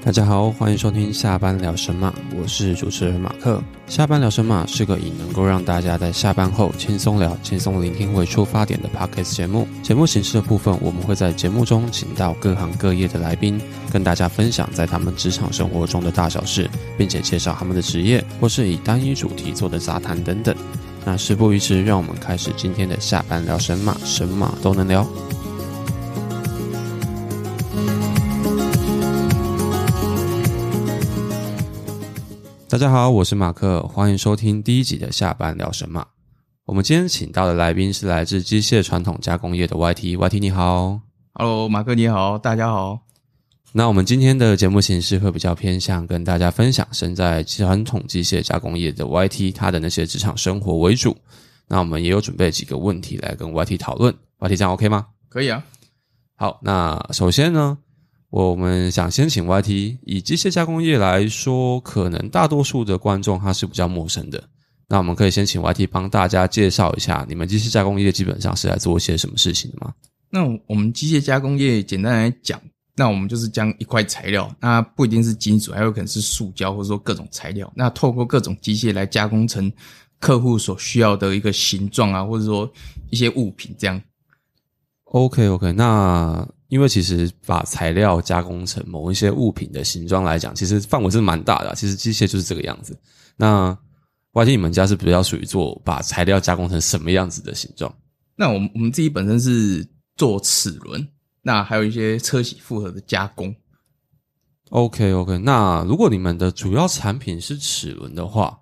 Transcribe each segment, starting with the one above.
大家好，欢迎收听下班聊神马，我是主持人马克。下班聊神马是个以能够让大家在下班后轻松聊、轻松聆听为出发点的 podcast 节目。节目形式的部分，我们会在节目中请到各行各业的来宾，跟大家分享在他们职场生活中的大小事，并且介绍他们的职业，或是以单一主题做的杂谈等等。那事不宜迟，让我们开始今天的下班聊神马，神马都能聊。大家好，我是马克，欢迎收听第一集的下班聊神马。我们今天请到的来宾是来自机械传统加工业的 YT，YT 你好。 Hello，马克你好，大家好。那我们今天的节目形式会比较偏向跟大家分享身在传统机械加工业的 YT 他的那些职场生活为主。那我们也有准备几个问题来跟 YT 讨论，YT 这样 OK 吗？可以啊，好，那首先呢，我们想先请 YT，以机械加工业来说，可能大多数的观众他是比较陌生的。那我们可以先请 YT 帮大家介绍一下，你们机械加工业基本上是在做一些什么事情的吗？那我们机械加工业简单来讲，那我们就是将一块材料，那不一定是金属，还有可能是塑胶，或者说各种材料，那透过各种机械来加工成客户所需要的一个形状啊，或者说一些物品这样。 OK OK，那因为其实把材料加工成某一些物品的形状来讲，其实范围是蛮大的啊、其实机械就是这个样子。那 YT 你们家是比较属于做把材料加工成什么样子的形状？那我们我们自己本身是做齿轮，那还有一些车铣复合的加工。 OK OK，那如果你们的主要产品是齿轮的话，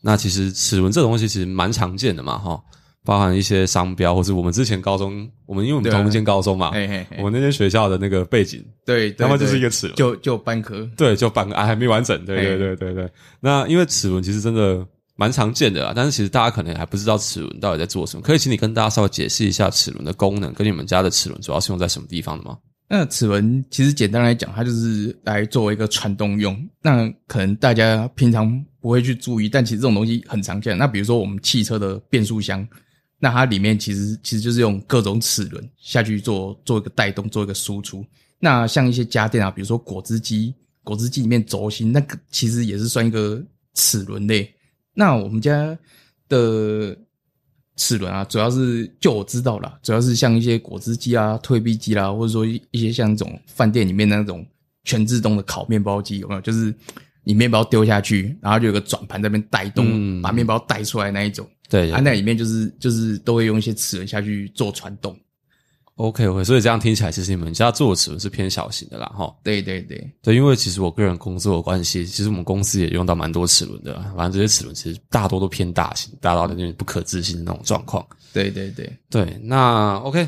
那其实齿轮这种东西其实蛮常见的嘛，哈，包含一些商标，或是我们之前高中，我们因为我们对啊同一间高中嘛，嘿嘿嘿我，们那间学校的那个背景，对，对他们就是对一个齿轮，就就半颗，对，就半个啊还没完整，对对嘿对对对。那因为齿轮其实真的蛮常见的啦，但是其实大家可能还不知道齿轮到底在做什么，可以请你跟大家稍微解释一下齿轮的功能，跟你们家的齿轮主要是用在什么地方的吗？那齿轮其实简单来讲，它就是来作为一个传动用。那可能大家平常不会去注意，但其实这种东西很常见。那比如说我们汽车的变速箱，那它里面其实其实就是用各种齿轮下去做做一个带动，做一个输出。那像一些家电啊，比如说果汁机，果汁机里面轴心那个其实也是算一个齿轮类。那我们家的齿轮啊，主要是就我知道啦，主要是像一些果汁机啊、退币机啦，或者说一一些像这种饭店里面那种全自动的烤面包机，有没有？就是你面包丢下去，然后就有个转盘在那边带动，嗯把面包带出来那一种。对啊，那里面就是就是都会用一些齿轮下去做传动。 ，OK OK，所以这样听起来，其实你们家做的齿轮是偏小型的啦，哈。对对对，对，因为其实我个人工作的关系，其实我们公司也用到蛮多齿轮的。反正这些齿轮其实大多都偏大型，大到有点不可置信的那种状况。对对对，对，那 OK，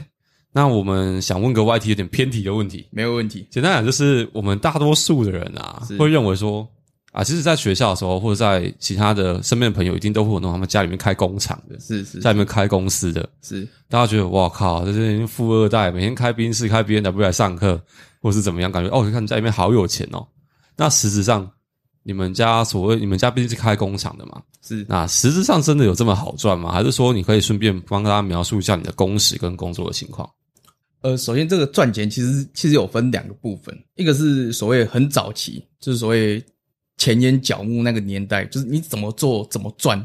那我们想问个 YT 有点偏题的问题。没有问题。简单讲，就是我们大多数的人啊，是会认为说啊，其实在学校的时候，或者在其他的身边的朋友，一定都会有那种他们家里面开工厂的，是是在里面开公司的，是，大家觉得哇靠，这些人富二代，每天开宾士、开 B N W 来上课，或是怎么样，感觉哦，你看你家里面好有钱哦。那实质上，你们家所谓你们家毕竟是开工厂的嘛，是那实质上真的有这么好赚吗？还是说你可以顺便帮大家描述一下你的工时跟工作的情况？呃，首先这个赚钱其实其实有分两个部分，一个是所谓很早期，就是所谓前烟角木那个年代，就是你怎么做怎么赚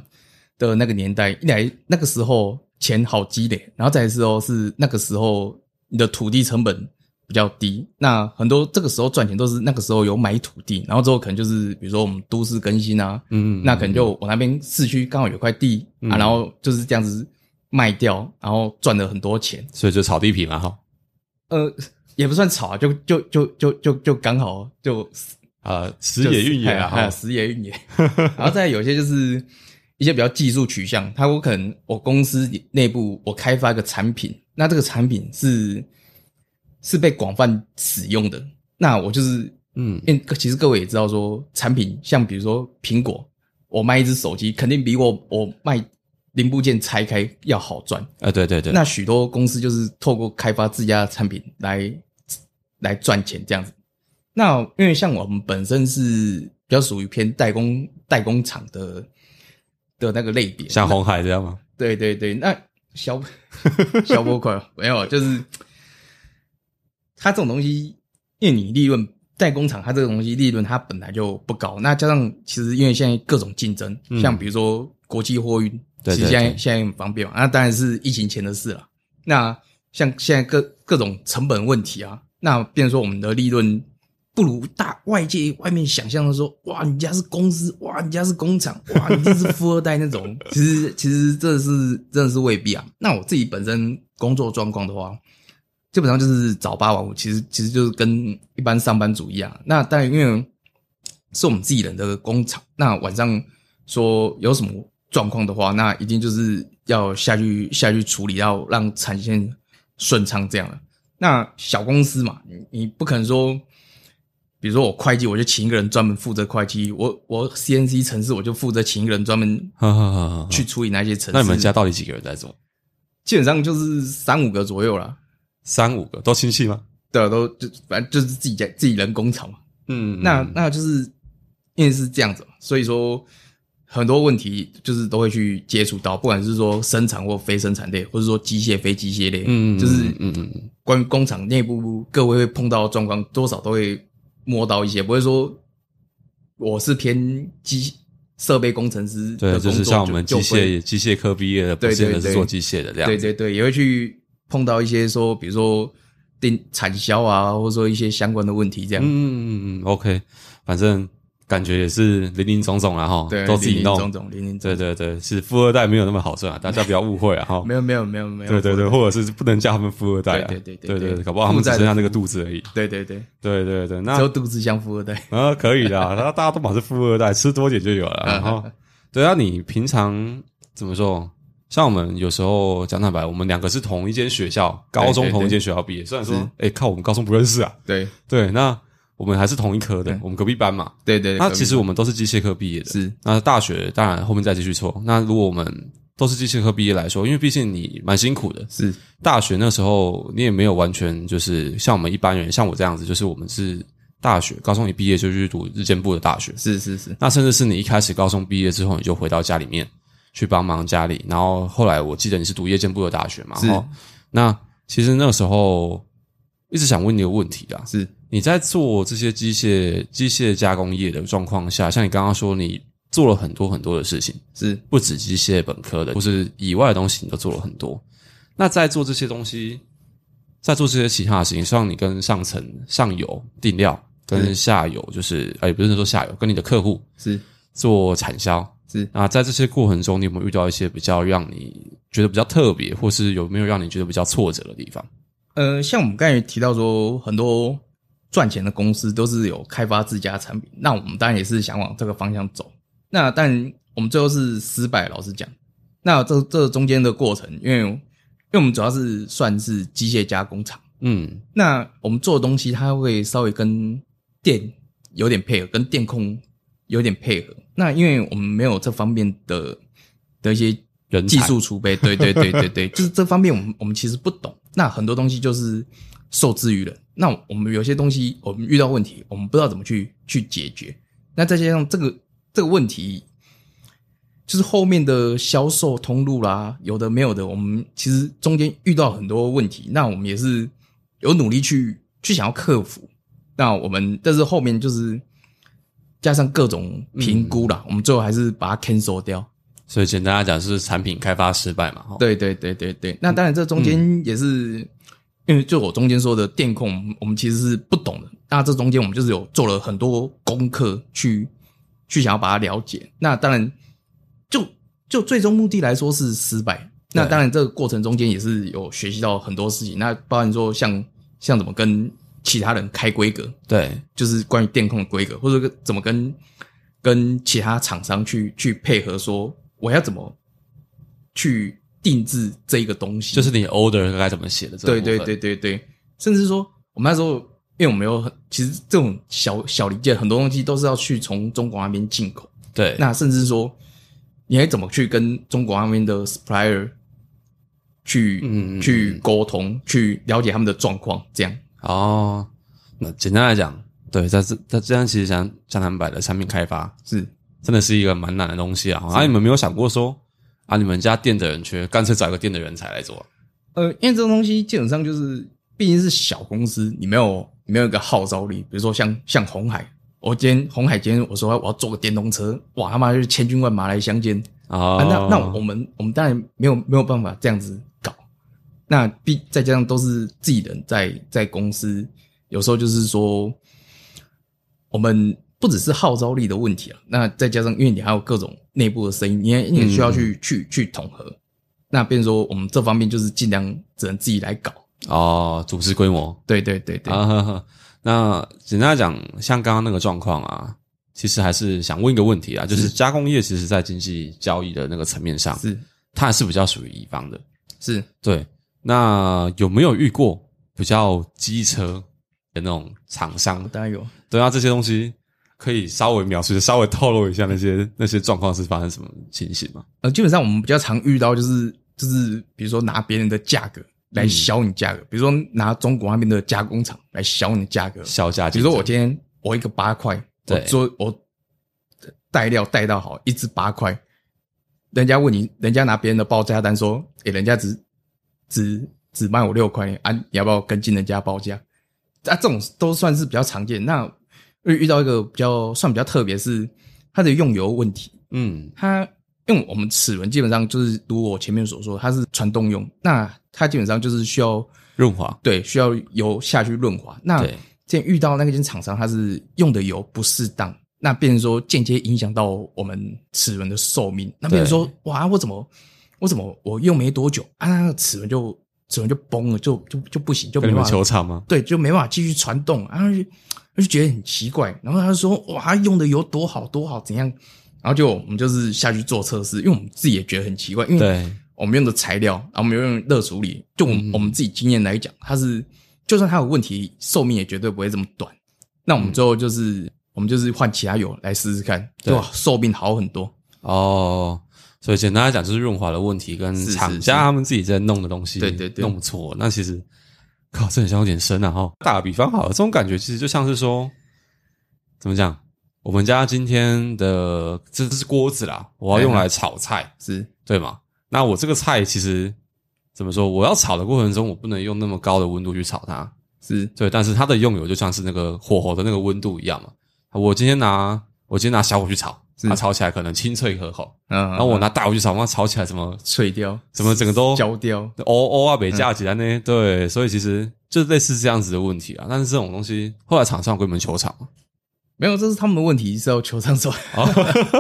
的那个年代，一来那个时候钱好积累，然后再来之后是那个时候你的土地成本比较低，那很多这个时候赚钱都是那个时候有买土地，然后之后可能就是比如说我们都市更新啊，嗯，那可能就我那边市区刚好有块地、啊，然后就是这样子卖掉，然后赚了很多钱。所以就炒地皮嘛哈。呃， 也不算吵啊，就就就就就就刚好就哎啊，时也运也啊，还有哈时也运也。 然后再有些就是一些比较技术取向，它我可能我公司内部我开发一个产品，那这个产品是是被广泛使用的，那我就是嗯，因为其实各位也知道说，产品像比如说苹果，我卖一只手机，肯定比我我卖零部件拆开要好赚。呃，对对对， 那许多公司就是透过开发自家的产品来来赚钱这样子。那因为像我们本身是比较属于偏代工代工厂的的那个类别，像红海这样吗？对对对，那 消消波块没有，就是它这种东西，因为你利润代工厂它这个东西利润它本来就不高，那加上其实因为现在各种竞争，像比如说国际货运，对其实嗯对现在对现在很方便嘛，那当然是疫情前的事了。那像现在各各种成本问题啊，那变成说我们的利润不如大外界外面想象的说，哇，你家是公司，哇，你家是工厂，哇，你这是富二代那种。其实其实这是真的是未必啊。那我自己本身工作状况的话，基本上就是早八晚五，其实其实就是跟一般上班族一样。啊那当然，因为是我们自己人的工厂，那晚上说有什么状况的话，那一定就是要下去下去处理，要让产线顺畅这样的。那小公司嘛，你你不可能说，比如说我会计，我就请一个人专门负责会计，我我 CNC 城市我就负责请一个人专门哈哈哈哈去处理那些城市。那你们家到底几个人在做？基本上就是三五个左右啦，三五个都亲戚吗？对啊，都就反正就是自己家自己人工厂嘛。嗯那那就是因为是这样子嘛，所以说很多问题就是都会去接触到，不管是说生产或非生产类，或者说机械非机械类，嗯就是嗯嗯嗯关于工厂内部各位会碰到的状况，多少都会摸到一些，不会说我是偏机设备工程师的对，工就作是像我们就机就械会机械科毕业的，不对见对得是对做机械的这样。对对对，也会去碰到一些说，比如说定产销啊，或者说一些相关的问题这样。嗯嗯嗯嗯，OK，反正感觉也是林林总总啊哈，对，都自己林林弄。总总，林林总对对对，是富二代没有那么好赚啊，大家不要误会啊哈。 没有没有没有没有，对对对，或者是不能叫他们富二代啊，对对对对对对搞不好他们只负债的剩下那个富肚子而已。对对对，对对对，那只有肚子像富二代。啊，可以的 啊，他大家都满是富二代，吃多点就有了。然嗯后，对啊，你平常怎么说？像我们有时候讲坦白，我们两个是同一间学校，高中对对同一间学校毕业。虽然说是，哎，靠，我们高中不认识啊。对对，那我们还是同一科的，我们隔壁班嘛。对对，那可以其实我们都是机械科毕业的。啊是那大学当然后面再继续做。那如果我们都是机械科毕业来说，因为毕竟你蛮辛苦的，是大学那时候你也没有完全就是像我们一般人，像我这样子，就是我们是大学高中一毕业就去读日间部的大学，是是是，那甚至是你一开始高中毕业之后，你就回到家里面去帮忙家里，然后后来我记得你是读夜间部的大学嘛，是齁那其实那时候一直想问你一个问题啦，是你在做这些机械机械加工业的状况下，像你刚刚说你做了很多很多的事情，是不止机械本科的，或是以外的东西，你都做了很多。那在做这些东西，在做这些其他的事情，像你跟上层、上游定料，跟嗯下游就是，哎，不是说下游，跟你的客户是做产销。是那在这些过程中，你有没有遇到一些比较让你觉得比较特别，或是有没有让你觉得比较挫折的地方？呃，像我们刚才提到说，很多赚钱的公司都是有开发自家产品，那我们当然也是想往这个方向走。那但我们最后是失败，老实讲。那这这中间的过程，因为因为我们主要是算是机械加工厂，嗯，那我们做的东西它会稍微跟电有点配合，跟电控有点配合。那因为我们没有这方面的的一些人才技术储备，对对对 对对，就是这方面我们我们其实不懂。那很多东西就是受制于人。那我们有些东西我们遇到问题，我们不知道怎么去去解决。那再加上这个这个问题，就是后面的销售通路啦，有的没有的，我们其实中间遇到很多问题，那我们也是有努力去去想要克服。那我们但是后面就是加上各种评估啦，我们最后还是把它 cancel 掉。所以简单来讲是产品开发失败嘛？齁，对对对对对，那当然这中间也是，因为就我中间说的电控，我们其实是不懂的。那这中间我们就是有做了很多功课去去想要把它了解。那当然就就最终目的来说是失败。那对当然这个过程中间也是有学习到很多事情，那包含说像像怎么跟其他人开规格，对，就是关于电控的规格，或者跟怎么跟跟其他厂商去去配合，说我要怎么去定制这一个东西，就是你 order 该怎么写的这个对部分对对对对，甚至说我们那时候，因为我们有很其实这种小小零件很多东西都是要去从中国那边进口，对，那甚至说你还怎么去跟中国那边的 supplier 去、嗯嗯嗯去沟通，去了解他们的状况，这样哦，那简单来讲，对，在这在这样其实讲讲坦白的产品开发，是真的是一个蛮难的东西啊。啊，你们没有想过说啊，你们家店的人缺，干脆找一个店的人才来做。呃，因为这种东西基本上就是，毕竟是小公司，你没有没有一个号召力。比如说像像红海，我今天红海今天我说我要做个电动车，哇他妈就是千军万马来相见，哦啊，那那我们我们当然没有没有办法这样子搞。那必再加上都是自己人在在公司，有时候就是说，我们不只是号召力的问题啊，那再加上因为你还有各种内部的声音，你也你也需要嗯去、去去统合。那变成说我们这方面就是尽量只能自己来搞。哦，组织规模对对对对，啊呵呵。那简单来讲，像刚刚那个状况啊，其实还是想问一个问题啊，就是加工业其实在经济交易的那个层面上，是它还是比较属于乙方的。是，对，那有没有遇过比较机车的那种厂商？当然有。对啊，这些东西可以稍微描述、稍微透露一下那些那些状况是发生什么情形吗？呃，基本上我们比较常遇到就是就是比如说拿别人的价格来削你价格，比如说拿中国那边的加工厂来削你的价格。销价比竞如争，说我今天我一个八块，我对做我带料带到好，一只八块，人家问你，人家拿别人的报价单说，诶、人家只只只卖我六块啊，你要不要跟进人家报价？啊，这种都算是比较常见。那遇遇到一个比较算比较特别是它的用油问题，嗯它因为我们齿轮基本上就是如我前面所说，它是传动用，那它基本上就是需要润滑，对需要油下去润滑。那对现在遇到那间厂商，它是用的油不适当，那变成说间接影响到我们齿轮的寿命。那变成说，哇，我怎么我怎么我用没多久啊，那个齿轮就齿轮就崩了，就就就不行，就跟没你们办法球场吗？对，就没办法继续传动，然后就他就觉得很奇怪，然后他就说哇，他用的油多好多好怎样，然后就我们就是下去做测试，因为我们自己也觉得很奇怪，因为对，嗯我们用的材料，然后我们用的热处理，就我们、我们自己经验来讲，它是就算它有问题，寿命也绝对不会这么短。那我们最后就是、我们就是换其他油来试试看，对对吧？寿命好很多，哦。所以简单来讲，就是润滑的问题跟是是厂是家他们自己在弄的东西，对对对弄错。那其实，靠，这很像有点深啊！哈，打个比方好了，这种感觉其实就像是说，怎么讲？我们家今天的这这是锅子啦，我要用来炒菜，是对吗？那我这个菜其实怎么说？我要炒的过程中，我不能用那么高的温度去炒它，是对。但是它的用油就像是那个火候的那个温度一样嘛。我今天拿我今天拿小火去炒，是它炒起来可能清脆可口，嗯，然后我拿大火去炒，它炒起来怎么脆掉，怎么整个都焦掉，哦哦啊，北价起来嗯呢？对，所以其实就类似这样子的问题啊。但是这种东西后来厂商有跟你们求偿嘛，没有，这是他们的问题，是要求上手。哦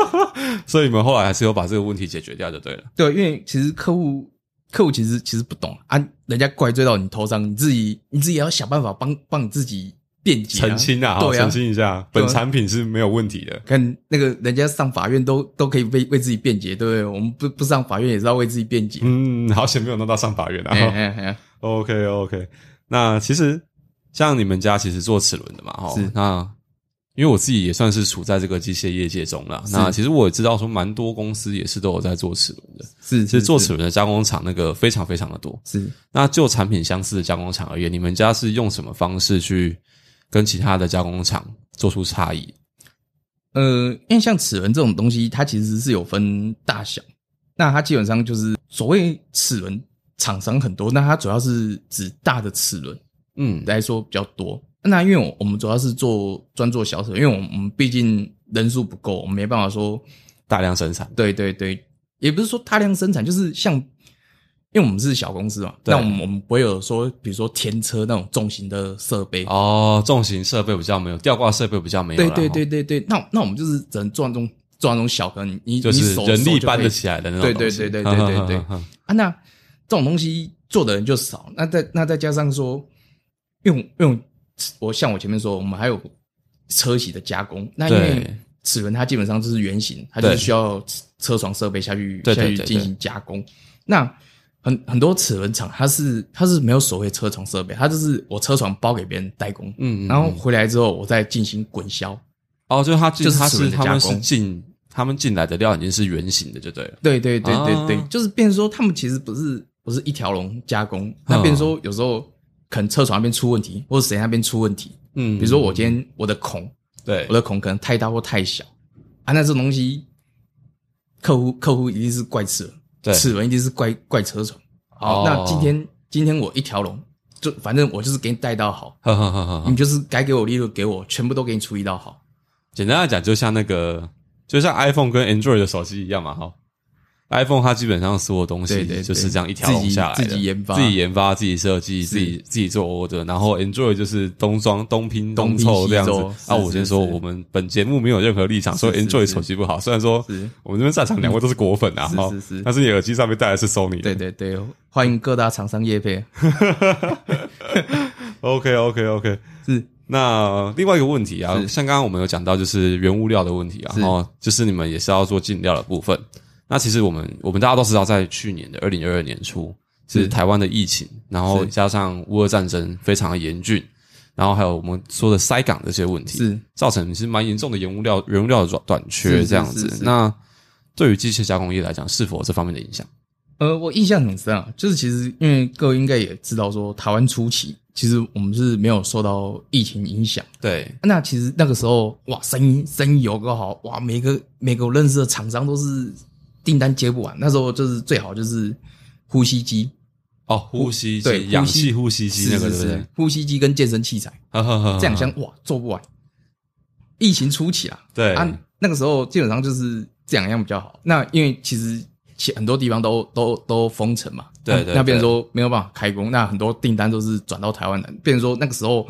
所以你们后来还是有把这个问题解决掉就对了。对，因为其实客户客户其实其实不懂啊，人家怪罪到你头上，你自己你自己也要想办法帮帮你自己辩解、啊、澄清啊，对啊澄，清一下，对啊本产品是没有问题的。看那个人家上法院都都可以为为自己辩解，对不对？我们不不上法院也是要为自己辩解。嗯，好险没有弄到上法院哎啊。哎哎， OK OK，那其实像你们家其实做齿轮的嘛，哈是，那因为我自己也算是处在这个机械业界中了。是那其实我也知道说，蛮多公司也是都有在做齿轮的。是其实做齿是轮的加工厂那个非常非常的多。是那就产品相似的加工厂而言，你们家是用什么方式去跟其他的加工厂做出差异？呃，因为像齿轮这种东西，它其实是有分大小。那它基本上就是所谓齿轮厂商很多，那它主要是指大的齿轮。嗯，来说比较多。那因为我我们主要是做专做小车，因为我们我们毕竟人数不够，我们没办法说大量生产。对对对，也不是说大量生产，就是像因为我们是小公司嘛，对那我们我们不会有说比如说天车那种重型的设备。哦，重型设备比较没有，吊挂设备比较没有对啦。对哈对对对，那那我们就是只能做那种做那种小可能你就是你手人力手就搬可以得起来的那种对东西。对对对对对对哼哼哼啊，那这种东西做的人就少，那再那再加上说用用我像我前面说，我们还有车铣的加工，那因为对齿轮它基本上就是圆形，它就是对需要车车床设备下去对对对下对去进行加工。那很很多齿轮厂，它是它是没有所谓车床设备，它就是我车床包给别人代工，嗯，嗯然后嗯回来之后我再进行滚销。哦，就是它进就是它齿是轮的他们加是工进他们进来的料已经是圆形的，就对了。对对对对对，啊就是变成说他们其实不是不是一条龙加嗯工，那变成说有时候可能车床那边出问题，或者谁那边出问题。嗯比如说我今天我的孔，对我的孔可能太大或太小啊，那这种东西，客户客户一定是怪齿对轮，齿轮一定是怪怪车床。好，哦那今天今天我一条龙就反正我就是给你带到好，呵呵呵呵你呵。就是该给我力度给我，全部都给你处理到好。简单来讲，就像那个，就像 iPhone 跟 Android 的手机一样嘛，哈。iPhone 它基本上所有东对西对对就是这样一条龙下来的自己自己研发自己研发、自己设计、自己自己做 order，然后 Android 就是东装东拼东凑东拼西这样子凑。啊，是我先说，是是我们本节目没有任何立场说是是 Android 是手机不好，虽然说是我们这边在场两位都是果粉啊，是哈是是但是你耳机上面戴的是 Sony 的对。对对，欢迎各大厂商业嗯配。 OK OK OK，是那另外一个问题啊，是像刚刚我们有讲到就是原物料的问题啊，是然后就是你们也是要做进料的部分。那其实我们我们大家都知道，在去年的二零二二年初是是台湾的疫情，然后是加上乌俄战争非常的严峻，然后还有我们说的塞港这些问题，是造成是蛮严重的原物料原物料的短短缺是这样是子是。是那对于机械加工业来讲，是否有这方面的影响？呃，我印象很深啊，就是其实因为各位应该也知道说，台湾初期其实我们是没有受到疫情影响。对，那其实那个时候，哇，生意生意有个好，哇，每个每个我认识的厂商都是订单接不完。那时候就是最好就是呼吸机，哦，呼吸对机、氧呼吸气呼吸机那个，对啊是不是对是？呼吸机跟健身器材呵呵呵呵这两项，哇，做不完。疫情初期啊，对啊，那个时候基本上就是这两样比较好。那因为其实其很多地方都都都封城嘛，对那对那变成说没有办法开工，那很多订单都是转到台湾来，变成说那个时候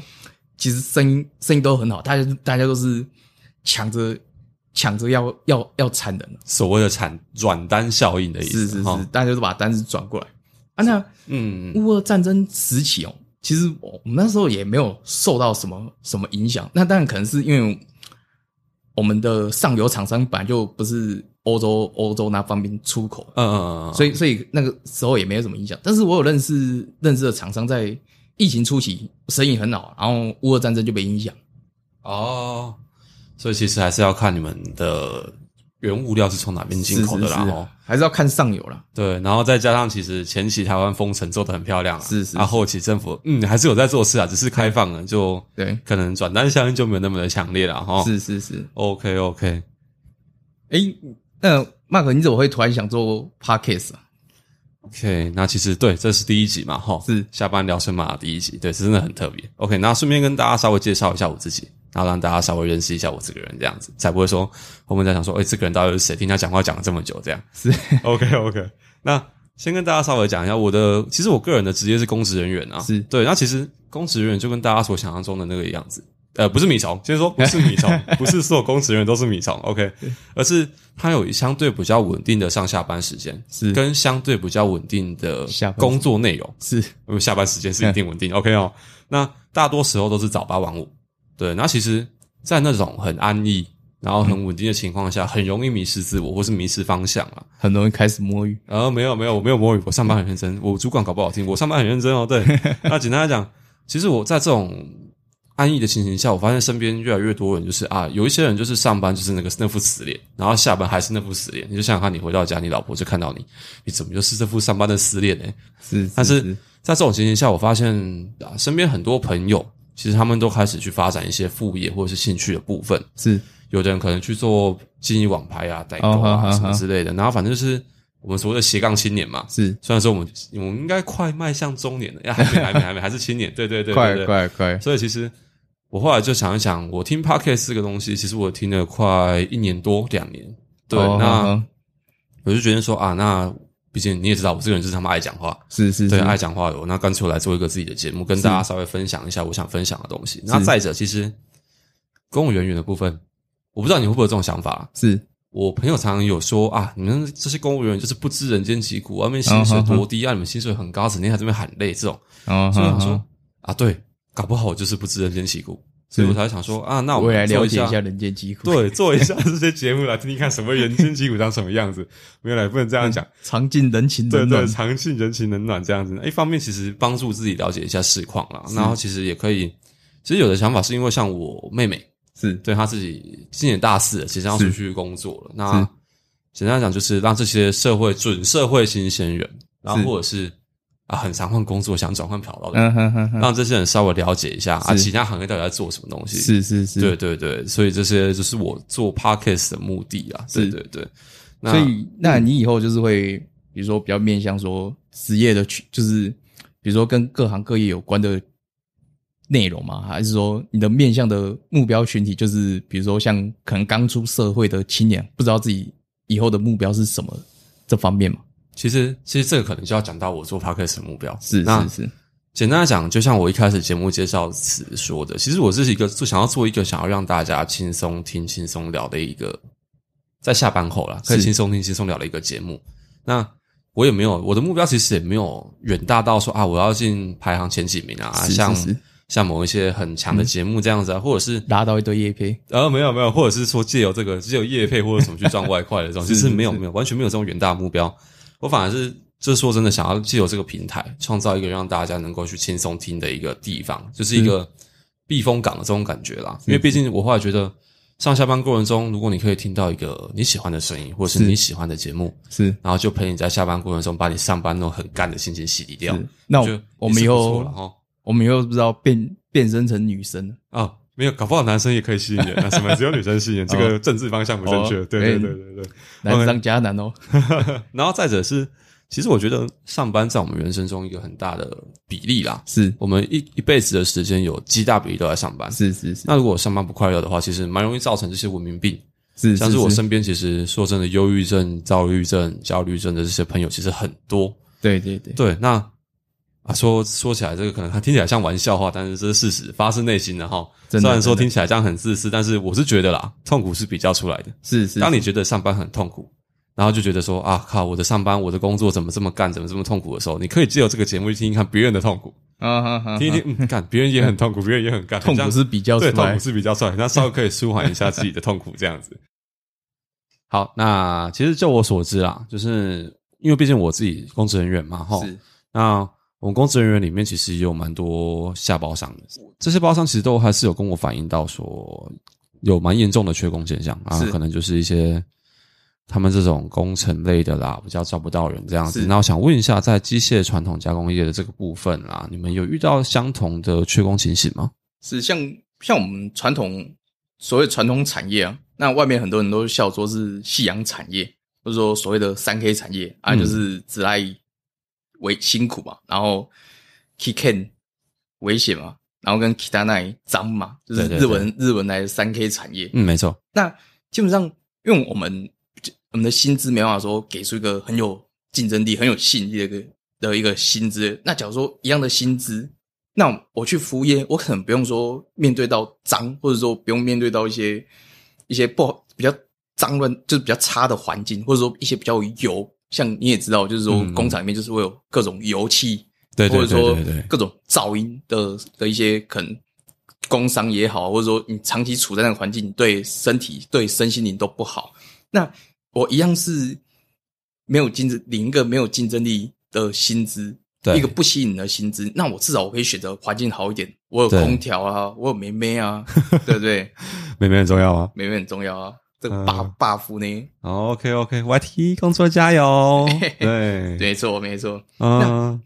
其实生意生意都很好，大家大家都是抢着抢着要要要产能，所谓的产转单效应的意思。是是是，哈大家都把单子转过来啊。那嗯，乌俄战争时期哦，其实我我们那时候也没有受到什么什么影响。那当然可能是因为我们的上游厂商本来就不是欧洲欧洲那方面出口，嗯嗯嗯，所以以所以那个时候也没有什么影响。但是我有认识认识的厂商在疫情初期生意很好，然后乌俄战争就被影响。哦，所以其实还是要看你们的原物料是从哪边进口的啦。是是哦是，还是要看上游啦。对，然后再加上其实前期台湾封城做的很漂亮啊，是是啊，后期政府嗯还是有在做事啊，只是开放了就对，可能转单效应就没有那么的强烈了哈。是是是。 OK OK，哎、那 Mark 你怎么会突然想做 Podcast 啊？ OK，那其实对，这是第一集嘛，哈，是下班聊神马的第一集，对，这真的很特别。OK，那顺便跟大家稍微介绍一下我自己，然后让大家稍微认识一下我这个人，这样子才不会说后面在想说，哎、这个人到底是谁？听他讲话讲了这么久，这样是 OK OK。那先跟大家稍微讲一下我的，其实我个人的职业是公职人员啊，是对。那其实公职人员就跟大家所想象中的那个样子，呃，不是米虫，先说不是米虫，不是所有公职人员都是米虫，OK，而是它有相对比较稳定的上下班时间，是跟相对比较稳定的下班时间工作内容，是因为下班时间是一定稳定、OK 哦。那大多时候都是早八晚五，对。那其实，在那种很安逸。然后嗯很稳定的情况下，很容易迷失自我，或是迷失方向啊。很容易开始摸鱼。然后呃没有没有，我没有摸鱼，我上班很认真。我主管搞不好听，我上班很认真哦。对，那简单来讲，其实我在这种安逸的情形下，我发现身边越来越多人就是啊，有一些人就是上班就是那个那副死脸，然后下班还是那副死脸。你就想想看，你回到家，你老婆就看到你，你怎么就是这副上班的死脸呢？是，但是在这种情形下，我发现啊，身边很多朋友其实他们都开始去发展一些副业或者是兴趣的部分。是有的人可能去做经营网拍啊、代购哦啊、好什么好之类的，然后反正就是我们所谓的斜杠青年嘛。是，虽然说我们我们应该快迈向中年了， 呀，还没还没还没还是青年，对对对对快对。快快，所以其实我后来就想一想，我听 podcast 这个东西，其实我听了快一年多两年。对，哦那好好我就觉得说啊，那毕竟你也知道，我这个人就是他妈爱讲话，是是对，啊是，爱讲话有，那干脆我来做一个自己的节目，跟大家稍微分享一下我想分享的东西。那再者，其实公务人员的部分，我不知道你会不会有这种想法啊。是我朋友常常有说啊，你们这些公务员就是不知人间疾苦，外面薪水多低啊，你们薪水很高，整天还在那边喊累，这种，哦，所以我好想好说啊，对，搞不好我就是不知人间疾苦，所以我才想说啊，那我我也来了解做一下人间疾苦，，对，做一下这些节目来听听看什么人间疾苦长什么样子。没有啦，也不能这样讲，尝尽人情对嗯冷暖对，，尝尽人情冷暖这样子。一方面其实帮助自己了解一下市况啦，然后其实也可以，其实有的想法是因为像我妹妹，是对她自己今年大四了，即将要出是去工作了。那是简单来讲，就是让这些社会准社会新鲜人，然后是或者是啊很常换工作想转换跑道的人，嗯哼哼哼，让这些人稍微了解一下啊是其他行业到底在做什么东西。是是是，对，对对，所以这些就是我做 podcast 的目的啊。对是对对，那嗯所以那你以后就是会，比如说比较面向说职业的取，就是比如说跟各行各业有关的内容吗？还是说你的面向的目标群体就是，比如说像可能刚出社会的青年，不知道自己以后的目标是什么这方面嘛？其实，其实这个可能就要讲到我做 podcast 的目标。是那是是，简单的讲，就像我一开始节目介绍词说的，其实我是一个做想要做一个想要让大家轻松听、轻松聊的一个，在下班后啦，可以是轻松听、轻松聊的一个节目。那我也没有我的目标，其实也没有远大到说啊，我要进排行前几名啊，是是像是嗯像某一些很强的节目这样子啊，或者是拉到一堆 A P，呃，没有没有，或者是说借由这个借由业配或者什么去赚外快的这种，其 是实没有是没有完全没有这种远大的目标。我反而是就是说真的，想要借由这个平台，创造一个让大家能够去轻松听的一个地方，就是一嗯个避风港的这种感觉啦。因为毕竟我后来觉得，上下班过程中，如果你可以听到一个你喜欢的声音，或者是是你喜欢的节目，是然后就陪你在下班过程中，把你上班那种很干的心情洗涤掉，是。那就我我也们是以不错了后哈我们以后不知道变变身成女生了，啊、没有，搞不好男生也可以吸引 人，啊，什么只有女生吸引人，这个政治方向不正确。哦对对哎对对对。难上加 难哦。然后再者是，其实我觉得上班在我们人生中一个很大的比例啦。是我们一一辈子的时间有极大比例都在上班。是是是那如果我上班不快乐的话，其实蛮容易造成这些文明病，是，像是我身边其实说真的，忧郁症、躁郁症、焦虑症的这些朋友其实很多。对对对，对，那啊说说起来，这个可能听起来像玩笑话，但是这是事实，发自内心的哈。虽真的然说真的听起来这样很自私，但是我是觉得啦，痛苦是比较出来的。是是当你觉得上班很痛苦，然后就觉得说啊靠，我的上班，我的工作怎么这么干，怎么这么痛苦的时候，你可以借由这个节目去听一看别人的痛苦，啊哈哈，听一哈听，嗯，干，别人也很痛 苦，别人也很干，痛这苦样是比较出对，痛来苦，是比较帅，那稍微可以舒缓一下自己的痛苦，这样子。好，那其实就我所知啊，就是因为毕竟我自己公职人员嘛，哈，是那我们公职人员里面其实也有蛮多下包商的，这些包商其实都还是有跟我反映到说有蛮严重的缺工现象啊是，可能就是一些他们这种工程类的啦，比较招不到人这样子。是那我想问一下，在机械传统加工业的这个部分啦，你们有遇到相同的缺工情形吗？是像像我们传统所谓传统产业啊，那外面很多人都笑说是夕阳产业，或者说所谓的三 K 产业啊，嗯就是只爱为辛苦嘛，然后 kicken 危险嘛，然后跟 kitana 脏嘛，就是对对日文日文来的三 K 产业。嗯，没错，那基本上，因为我们我们的薪资没办法说给出一个很有竞争力、很有吸引力的一个的一个薪资。那假如说一样的薪资，那我去服务业，我可能不用说面对到脏，或者说不用面对到一些一些不好、比较脏乱，就是比较差的环境，或者说一些比较油。像你也知道，就是说嗯工厂里面就是会有各种油气，对或对者对说对对，各种噪音的的一些可能工伤也好，或者说你长期处在那个环境，对身体、对身心灵都不好。那我一样是没有竞争，领一个没有竞争力的薪资，对一个不吸引人的薪资，那我至少我可以选择环境好一点，我有对空调啊，我有妹妹 啊，对不对？妹妹很重要啊。妹妹很重要啊，这个嗯霸霸夫呢？。OK OK，YT 工作加油 对，没错，没错。嗯，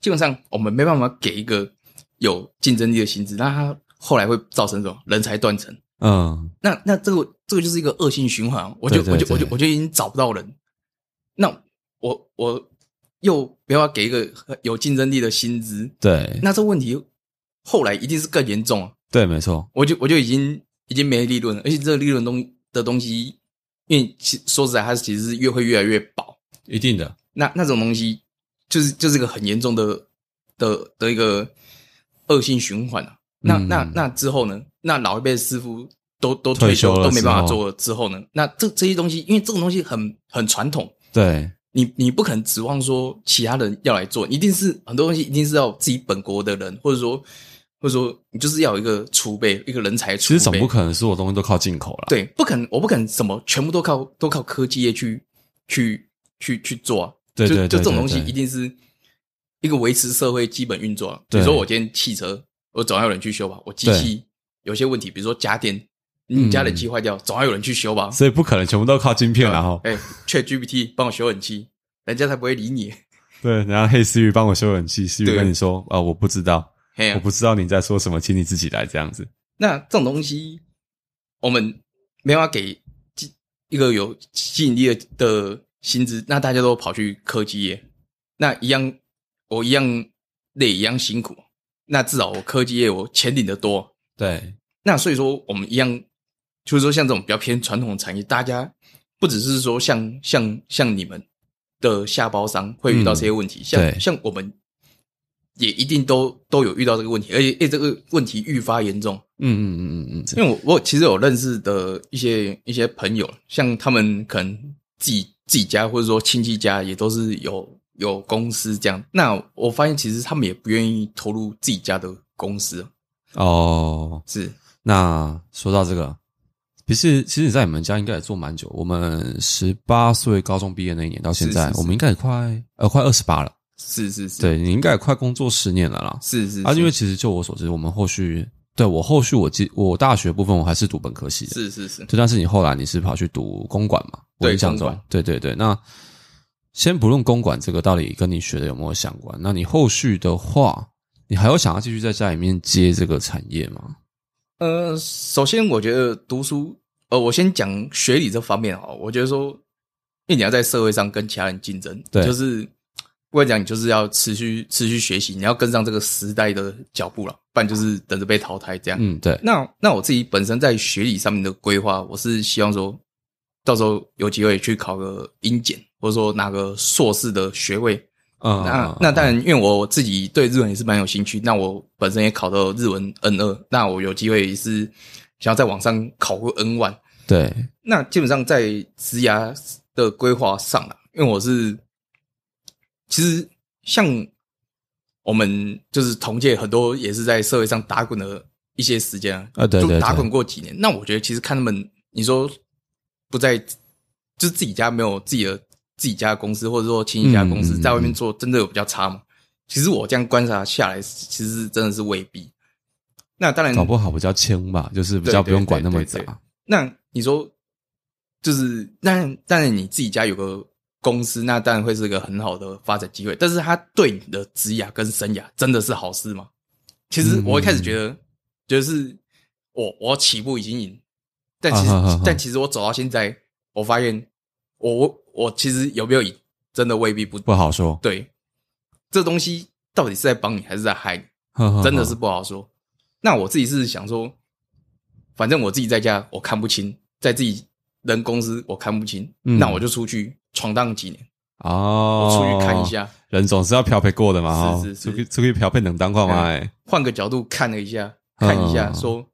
基本上我们没办法给一个有竞争力的薪资，那它后来会造成什么人才断层？嗯，那那这个这个就是一个恶性循环，啊我就对对我就我就对我就已经找不到人，那我我又没办法给一个有竞争力的薪资，对，那这问题后来一定是更严重啊！对，没错，我就我就已经已经没利润了，而且这个利润东的东西，因为其说实在，它其实是越会越来越薄，一定的，那那种东西就是就是一个很严重的的的一个恶性循环啊。那、嗯那那之后呢？那老一辈的师傅都都退退休休了都没办法之后做了之后呢？那这这些东西，因为这种东西很很传统，对，你你不可能指望说其他人要来做，一定是很多东西一定是要自己本国的人，或者说或者说你就是要有一个储备，一个人才储其备。实总不可能所有东西都靠进口啦。对，不可能，我不可能什么全部都靠都靠科技业去去去去做、啊。对对对就就这种对东西对一定是一个维持社会基本运作、啊。比对如说我今天汽车，我总要有人去修吧。我机器有些问题，比如说家电，嗯你家的机坏掉，总要有人去修吧。所以不可能全部都靠晶片啦，然后哎，Chat GPT 帮我修冷气，人家才不会理你。对，然后黑思雨帮我修冷气，思雨对跟你说啊、我不知道，嘿、我啊，不知道你在说什么，请你自己来这样子。那这种东西我们没办法给吸一个有吸引力的的薪资，那大家都跑去科技业，那一样，我一样累一样辛苦，那至少我科技业我钱领的多。对，那所以说，我们一样，就是说像这种比较偏传统的产业，大家不只是说像像像你们的下包商会遇到这些问题，对像像我们也一定都都有遇到这个问题，而且诶这个问题愈发严重。嗯嗯嗯嗯嗯，因为我我其实有认识的一些一些朋友，像他们可能自己自己家或者说亲戚家也都是有有公司这样。那我发现其实他们也不愿意投入自己家的公司，哦，是那说到这个，其实其实你在你们家应该也做蛮久，我们十八岁高中毕业那一年到现在，是是是我们应该也快呃快二十八了，是是是，对你应该也快工作十年了啦。是是啊，是因为其实就我所知，我们后续对我后续我记我大学部分我还是读本科系的，是是是，对，但是你后来你是跑去读公管嘛？我对印象公中管，对对对。那先不论公管这个到底跟你学的有没有相关，那你后续的话，你还有想要继续在家里面接这个产业嗯吗？呃，首先我觉得读书，呃，我先讲学理这方面哦。我觉得说，因为你要在社会上跟其他人竞争，对就是我讲，你就是要持续持续学习，你要跟上这个时代的脚步了，不然就是等着被淘汰这样。嗯，对，那那我自己本身在学理上面的规划，我是希望说，到时候有机会去考个英检，或者说拿个硕士的学位，嗯，那嗯啊那嗯当然，因为我自己对日文也是蛮有兴趣，那我本身也考到日文 N 二，那我有机会是想要在网上考过 N 万。对，那基本上在职涯的规划上啊，因为我是其实像我们就是同届很多也是在社会上打滚的一些时间啊，啊对对就打对滚过几年。那我觉得其实看他们，你说不在就是自己家没有自己的自己家的公司，或者说亲戚家的嗯公嗯司，嗯在外面做真的有比较差吗？其实我这样观察下来，其实是真的是未必。那当然，搞不好比较轻吧，就是比较不用管那么嗯对对对杂。那你说，就是当然，当然你自己家有个公司，那当然会是个很好的发展机会。但是它对你的职涯跟生涯真的是好事吗？其实我一开始觉嗯得，就是我我起步已经赢，但其实、啊哈哈哈但其实我走到现在，我发现我我我其实有没有赢，真的未必不不好说，对。这东西到底是在帮你还是在害你？呵呵呵真的是不好说。那我自己是想说，反正我自己在家我看不清，在自己人公司我看不清，嗯那我就出去闯荡几年，我哦，出去看一，下，人总是要漂配过的嘛，哦是嗯是是出去出去漂配能当话嘛，哎换个角度看了一下，看一下，嗯说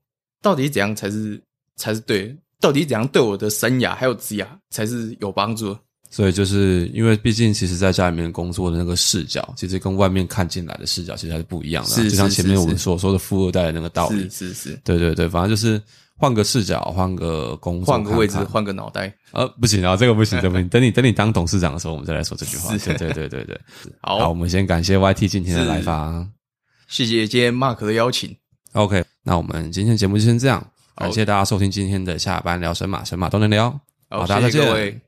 到底怎样才是才是对的，到底怎样对我的生涯还有职涯才是有帮助的。所以就是因为毕竟，其实在家里面工作的那个视角，其实跟外面看进来的视角其实还是不一样的啊、是就像是前面是我们是所说的富二代的那个道理是，是是，对对对，反正就是换个视角，换个工作，换个位置，看看换个脑袋。呃，不行啊，这个不行，这 个不行。等你等你当董事长的时候，我们再来说这句话。是对对对对对。好，我 好，们先感谢 YT 今天的是来访。谢谢今天 Mark 的邀请， OK，那我们今天节目就先这样，好感谢大家收听今天的下班聊神马，神马都能聊。好大家谢谢再见各位。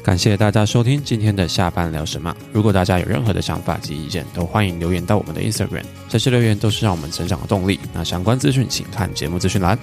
感谢大家收听今天的下班聊神马。如果大家有任何的想法及意见，都欢迎留言到我们的 Instagram，这些留言都是让我们成长的动力。那相关资讯请看节目资讯栏。